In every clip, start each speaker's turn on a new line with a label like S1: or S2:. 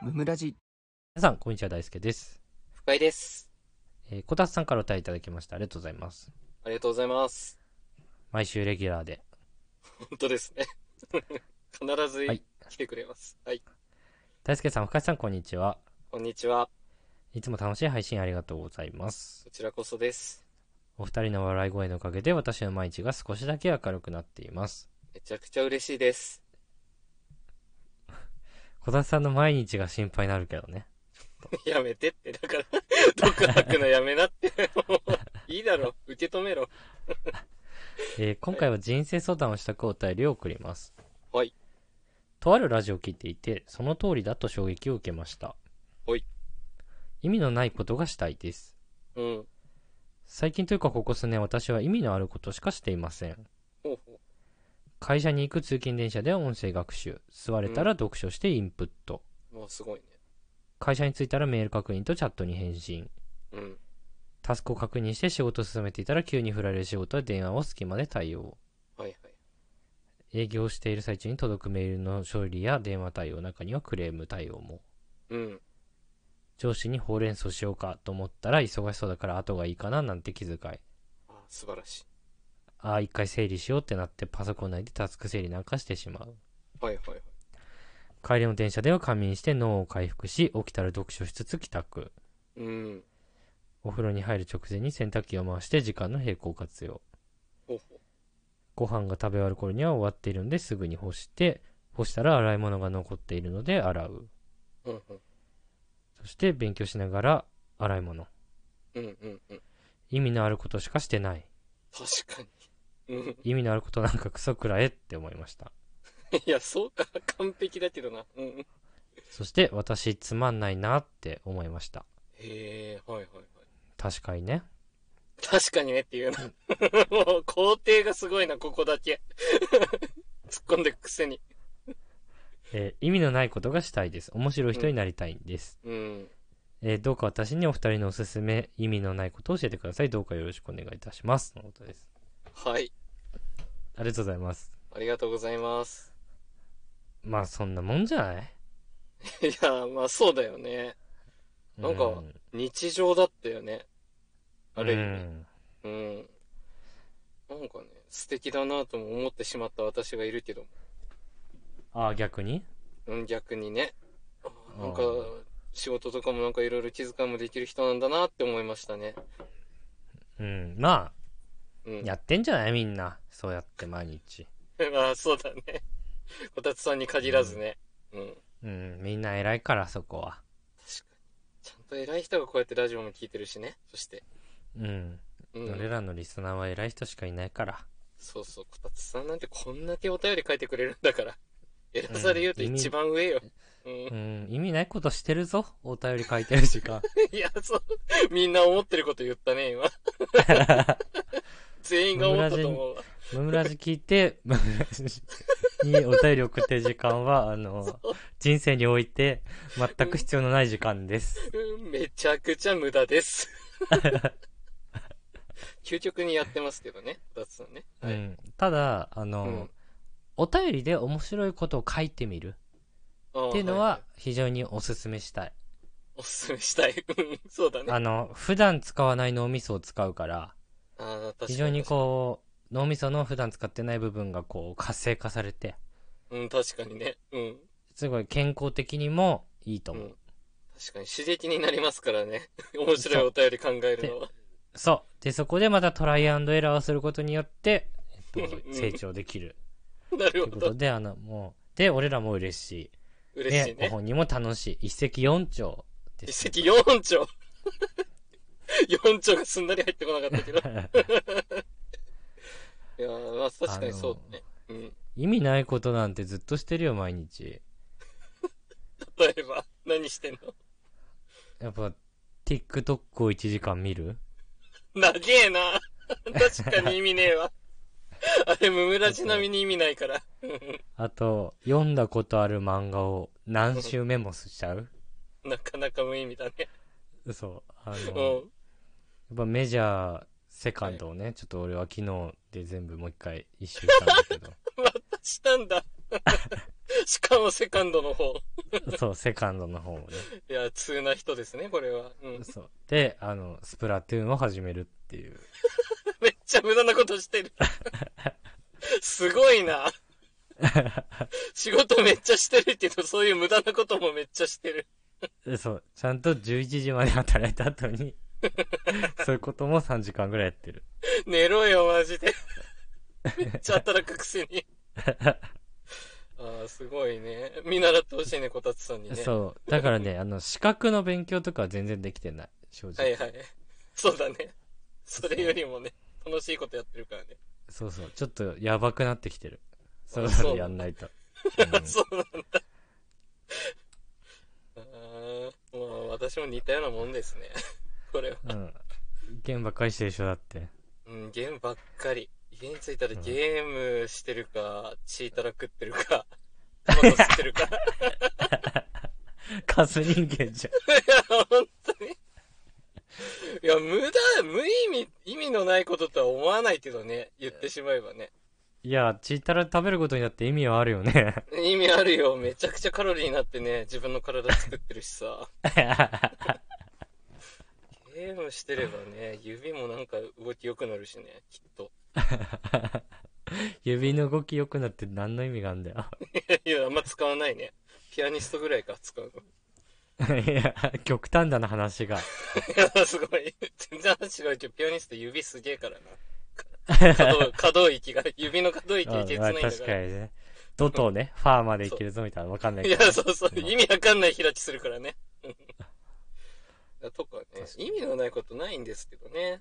S1: ムムラジ
S2: 皆さん、こんにちは、大輔です。
S3: 深井です。
S2: えー、こたつさんからお便りいただきました。ありがとうございます。
S3: ありがとうございます。
S2: 毎週レギュラーで。
S3: 本当ですね。必ず
S2: はい
S3: 来てくれます。はい。
S2: 大輔さん、深井さん、こんにちは。
S3: こんにちは。
S2: いつも楽しい配信ありがとうございます。
S3: こちらこそです。
S2: お二人の笑い声のおかげで私の毎日が少しだけ明るくなっています。
S3: めちゃくちゃ嬉しいです。
S2: こたつさんの毎日が心配になるけどね。
S3: やめてって、だから、毒吐くのやめなって。もういいだろ。受け止めろ。
S2: えー今回は人生相談をしたくお便りを送ります。
S3: はい。
S2: とあるラジオを聞いていて、その通りだと衝撃を受けました。
S3: はい。
S2: 意味のないことがしたいです。
S3: うん。
S2: 最近というかここ数年私は意味のあることしかしていません
S3: ほうほ
S2: 会社に行く通勤電車では音声学習座れたら読書してインプット、
S3: う。もうすごいね。
S2: 会社に着いたらメール確認とチャットに返信
S3: うん。
S2: タスクを確認して仕事を進めていたら急に振られる仕事や電話を隙間で対応
S3: はいはい。
S2: 営業している最中に届くメールの処理や電話対応中にはクレーム対応も
S3: うん。
S2: 上司にほうれん草しようかと思ったら忙しそうだから後がいいかななんて気遣い
S3: あ素晴らしい。
S2: ああ一回整理しようってなってパソコン内でタスク整理なんかしてしまう
S3: はいはいはい。
S2: 帰りの電車では仮眠して脳を回復し起きたら読書しつつ帰宅
S3: うん。
S2: お風呂に入る直前に洗濯機を回して時間の並行活用
S3: ほうほう。
S2: ご飯が食べ終わる頃には終わっているのですぐに干して干したら洗い物が残っているので洗う
S3: うんうん。
S2: そして勉強しながら洗い物
S3: うんうんうん。
S2: 意味のあることしかしてない
S3: 確かに。うん。
S2: 意味のあることなんかクソくらえって思いました
S3: いや、そうか。完璧だけどな。うんうん。へ
S2: そして私つまんないなって思いました
S3: え、はいはいはい。
S2: 確かにね
S3: 確かにねっていうな。もう、工程がすごいな、ここだけ。突っ込んでくくせに。
S2: えー意味のないことがしたいです面白い人になりたいんです、
S3: うん。
S2: えーどうか私にお二人のおすすめ、意味のないことを教えてください。どうかよろしくお願いいたします。のことです。
S3: はい。
S2: ありがとうございます。
S3: ありがとうございます。
S2: まあ、そんなもんじゃない
S3: いや、まあそうだよね。なんか
S2: う
S3: 日常だったよね。あ
S2: う
S3: れ、
S2: ん。
S3: うん、なんかね、素敵だなとも思ってしまった私がいるけども。
S2: ああ、逆に
S3: うん、逆にね。なんか
S2: あ、
S3: 仕事とかもなんかいろいろ気遣いもできる人なんだなって思いましたね。
S2: うん。ま
S3: う
S2: あ、
S3: ん。
S2: やってんじゃないみんな。そうやって毎日。
S3: まあそうだね。こたつさんに限らずね。うん
S2: うん。みんな偉いから、そこは。
S3: 確かに。ちゃんと偉い人がこうやってラジオも聞いてるしね。そして。
S2: うん。
S3: う
S2: 俺
S3: ん。
S2: らのリスナーは偉い人しかいないから。
S3: そうそう。こたつさんなんてこんだけお便り書いてくれるんだから。偉さで言うと一番上よ。うん。
S2: うん。意味ないことしてるぞ。お便り書いてる時間。
S3: いや、そう。みんな思ってること言ったね、今。全員が思ったと思うわ。
S2: ムムラジ聞いて、 ムムラジにお便り送ってる時間は、あの、人生において全く必要のない時間です。
S3: うんめちゃくちゃ無駄です。究極にやってますけどね、こたつさんね。
S2: う
S3: はい。
S2: ん、ただ、あの、
S3: うん
S2: お便りで面白いことを書いてみる
S3: っ
S2: っていうのは非常におすすめしたい。
S3: おすすめしたい。うんそうだね。
S2: あの、普段使わない脳みそを使うから、
S3: あー確か
S2: 非常にこう、脳みその普段使ってない部分がこう活性化されて、
S3: う。うん、確かにね。うん。
S2: すごい健康的にもいいと
S3: う
S2: 思う。
S3: ん、確かに刺激になりますから ね。面白いお便り考えるのは。
S2: そう。で、そこでまたトライアンドエラーをすることによって、えっと
S3: う、ん
S2: 成長できる。
S3: なる
S2: という
S3: ほ
S2: こ
S3: ど
S2: と。で、あの、もう、で、俺らも嬉しい。
S3: 嬉し
S2: で、
S3: い
S2: ご
S3: ね。
S2: 本人も楽しい。一石四鳥です。
S3: 一石四鳥。 四鳥がすんなり入ってこなか ったけど。いやーまあ確かにそうだね。うん。
S2: 意味ないことなんてずっとしてるよ、毎日。
S3: 例えば、何してんの
S2: やっぱ、TikTok を1時間見る
S3: 長えな。 確かに意味ね えわ。あれ、ムムラちなみに意味ないから。
S2: あと、読んだことある漫画を何週メモしちゃう
S3: なかなか無意味だね。
S2: そう。あ
S3: う
S2: の、や
S3: ん。
S2: っぱメジャー、セカンドをね、ちょっと俺は昨日で全部もう一回一周したんだけど。
S3: またしたんだ。しかもセカンドの方。
S2: そう、セカンドの方もね。
S3: いや、通な人ですね、これは。うん。
S2: そう。で、あの、スプラトゥーンを始めるっていう。
S3: めっちゃ無駄なこ としてる。すごいな。仕事めっちゃしてるけど、そういう無駄なこともめっちゃしてる。
S2: でそう、ちゃんと11時まで働いた後 に、そういうことも3時間ぐらいやってる。
S3: 寝ろよ、マジで。めっちゃ働くく せに。ああ、すごいね。見習ってほしいね、こたつさんにね。
S2: そう。だからね、あの、資格の勉強とかは全然できてない。正直。
S3: はいはい。そうだね。それよりもね、楽しいことやってるからね。
S2: そうそう。ちょっとやばくなってきてる。そろ
S3: あ
S2: そ
S3: そう
S2: ろやんない と。うん
S3: そうなんだ。ああ、まあ私も似たようなもんですね。これは。
S2: うん。ゲームばっかりしてるでしょ、だって。
S3: うん、ゲームばっかり。家に着いたらゲームしてるか、チータラ食ってるか、タバコ吸ってるか。い
S2: カス人間じ
S3: や、本当に。いや、無駄、無意味、意味のないこととは思わないけどね、言ってしまえばね。
S2: ゃん。いや、チータラ食べることになって意味はあるよね。
S3: 意味あるよ。めちゃくちゃカロリーになってね、自分の体作ってるしさ。ゲームしてればね、指もなんか動き良くなるしね、きっと。
S2: 指の動き良くなって何の意味があんだよ。
S3: いや、あんま使わないね。ピアニストぐらいか、使うの。
S2: いや、極端だな話 が。
S3: いや、 すごい。全然話違うけど、ピアニスト指すげえからな。可動可 動域が、指の可動域
S2: うんま
S3: い
S2: あ
S3: けつないんだか
S2: 確かにね。ドとね、 ファーまでいけるぞみたいなのわかんな
S3: ら。
S2: い
S3: い
S2: け
S3: や
S2: ど。、
S3: そうそう。意味わかんない開きするからね。うんとかね
S2: 確、かに
S3: 意味のないことないんですけ どね。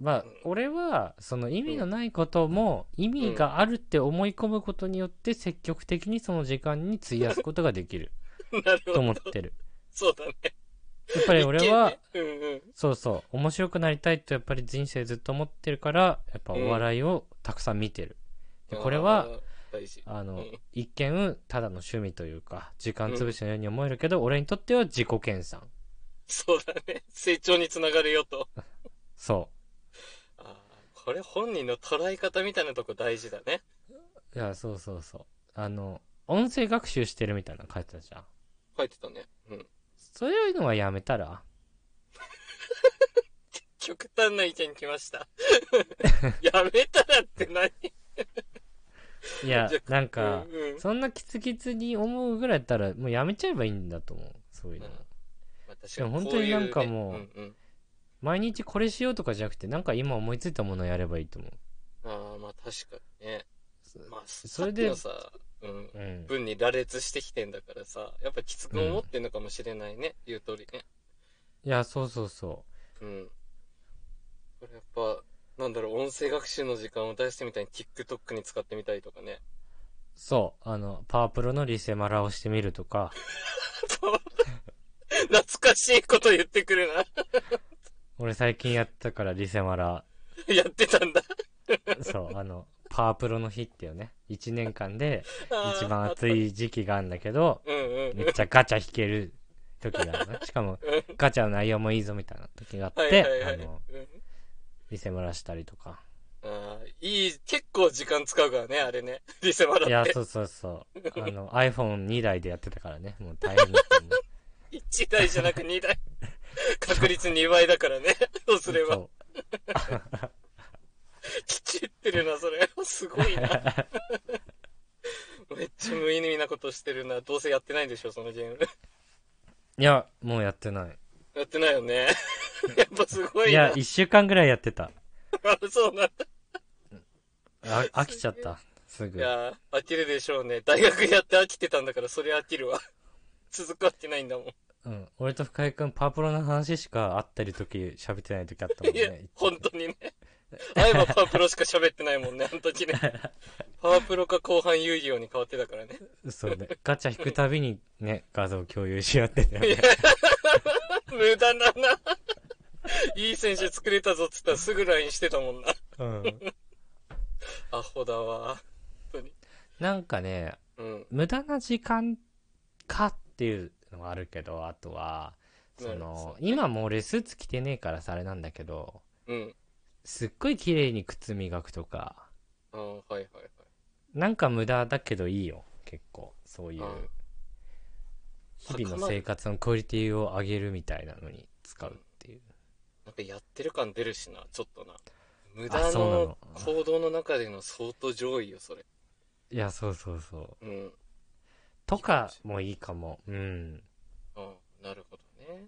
S2: まあ、俺は、その意味のないことも、意味があるって思い込むことによって、積極的にその時間に費やすことができる
S3: なるほ
S2: と
S3: ど。
S2: 思ってる。
S3: そうだね。
S2: やっぱり俺は、
S3: 一見ね、うんうん。
S2: そうそう、面白くなりたいとやっぱり人生ずっと思ってるから、やっぱお笑いをたくさん見てる。でこれは
S3: あ、ー、大事。
S2: あの、
S3: うん
S2: 一見、ただの趣味というか、時間潰しのように思えるけど、俺にとっては自己研鑽。
S3: そうだね。成長につながるよと。
S2: そ
S3: あーこれ本人の捉え方みたいなとこ大事だね。
S2: う。いや、そうそうそう。あの、音声学習してるみたいなの書いてたじゃん。
S3: 書いてたね。うん。
S2: そういうのはやめたら
S3: 極端な意見来 ました。やめたらって何
S2: いや
S3: じゃ、
S2: なんか、
S3: うんうん
S2: そんなキツキツに思うぐらいだったら、もうやめちゃえばいいんだと思う。そういうの。
S3: まあ確
S2: でも
S3: かに
S2: 本当になんかもう
S3: こいねんん
S2: 毎日これしようとかじゃなくて、なんか今思いついたものをやればいいと思う。
S3: ああ、まあ確かにね。まあ、
S2: そ
S3: そ
S2: れ
S3: れ
S2: で
S3: でさ、うん。
S2: うん。
S3: 文に羅列してきてんだからさ、やっぱきつく思ってんのかもしれないね、言う通りね。
S2: いや、そうそうそ
S3: うん。これやっぱ、なんだろう、音声学習の時間を大してみたいに TikTok に使ってみたりとか ね。
S2: う。そう。あの、パワープロのリセマラをしてみるとか、
S3: 懐かしいこと言ってくるな。
S2: 俺最近やったからリセマラ、
S3: やってたんだ。
S2: そう、あの、パワープロの日っていうね、1年間で
S3: あー
S2: 一番暑。い時期があるんだけど、
S3: うんうんうん
S2: めっちゃガチャ引ける時があるの。しかも、
S3: うん。
S2: ガチャの内容もいいぞみたいな時があっ
S3: はい
S2: て、
S3: はいはい。
S2: あの、
S3: うん
S2: リセマラしたりとか。
S3: あーいい、結構時間使うからね、あれね。リセマ
S2: い
S3: ラ
S2: や
S3: っ、て。
S2: そうそうそう。あの、iPhone2 台でやってたからね。もう大変だったね。
S3: 1台じゃなく2台。確率2倍だからね。 そうすれば。
S2: そ
S3: きちってるな、それ。すごいな。 めっちゃ無意味なことしてるな。どうせやってないんでしょ、そのゲーム。
S2: う。いや、もうやってない。
S3: やってない よね。やっぱすご
S2: い
S3: い
S2: や、
S3: な。
S2: 1週間ぐらいやってた。
S3: そうなんだ。
S2: あ飽きちゃった。す
S3: い
S2: ぐ。
S3: やー、飽きるでしょうね。大学やって飽きてたんだから、それ飽きるわ。続くわけないんだもん。
S2: うん。俺と深井くん、パープロの話しか会ってる時、喋ってない時あったもん
S3: いや
S2: ね。、
S3: 本当にね。会えばパワープロしか喋ってないもんね、あの 時ね。パワープロか後半遊戯王に変わってたからね。
S2: そうね。ガチャ引くたびにね、画像共有し合ってたよね。
S3: 無駄だな。いい選手作れたぞっつったらすぐ LINE してたもんな。
S2: うん。
S3: アホだわ。本当に。
S2: なんかね、
S3: うん。
S2: 無駄な時間かっていうのはあるけど、あとは、そ
S3: なる
S2: の
S3: ほ、ど
S2: 今もう俺スーツ着てねえからさ、あれなんだけど、
S3: うん。
S2: すっごい綺麗に靴磨くとか、
S3: あーはいはいはい。
S2: なんか無駄だけどいいよ、結構そういう
S3: うん
S2: 日々の生活のクオリティを上げるみたいなのに使うっていう
S3: なんかやってる感出るしな、ちょっとな。無
S2: あ
S3: 駄
S2: そうな
S3: の
S2: の
S3: 行動の中での相当上位よ、それ。
S2: いやそうそうそう
S3: うん。
S2: とかもいいかもうん
S3: うん、なるほどね。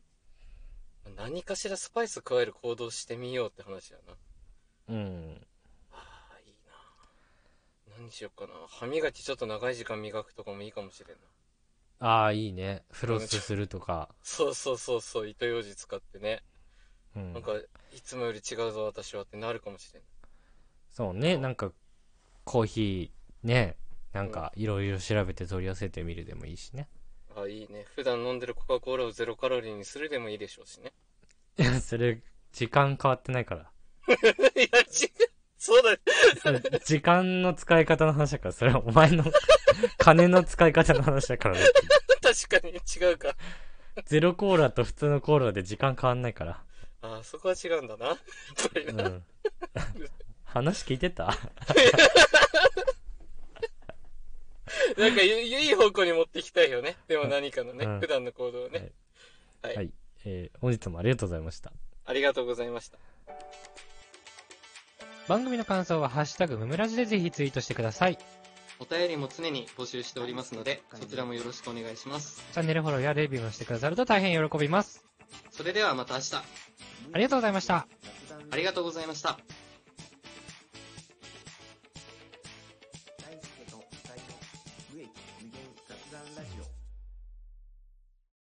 S3: 何かしらスパイス加える行動してみようって話やな。
S2: うん
S3: ああ、いいな。何しようかな。歯磨きちょっと長い時間磨くとかもいいかもしれんな。
S2: ああいいねフロスするとか
S3: そうそうそうそう、糸ようじ使ってね。
S2: うん
S3: なんか、いつもより違うぞ、私はってなるかもしれん。
S2: そうねなんかコーヒーねなんかいろいろ調べて取り寄せてみるでもいいしね
S3: ああ、いいね。普段飲んでるコカ・コーラをゼロカロリーにするでもいいでしょうし ね。
S2: いやそれ時間変わってないから
S3: いや、違う。そうだね。
S2: それ時間の使い方の話だからそれはお前の 金の使い方の話だからね
S3: 確かに違うか。
S2: ゼロコーラと普通のコーラで時間変わんないから
S3: ああ、そこは違うんだな。やっぱり
S2: う
S3: な。
S2: ん 話聞いてた
S3: なんか、ゆいい方向に持っていきたいよね。でも何かのね、
S2: うん
S3: 普段の行動をね。はい
S2: はい、えー本日もありがとうございました
S3: ありがとうございました。
S2: 番組の感想は「ハッシュタグムムラジ」でぜひツイートしてくださいチ
S3: お便りも常に募集しておりますので、そちらもよろしくお願いします。
S2: ャンネルフォローやレビューもしてくださると大変喜びます
S3: それではまた明日、
S2: ありがとうございました
S3: ありがとうございました。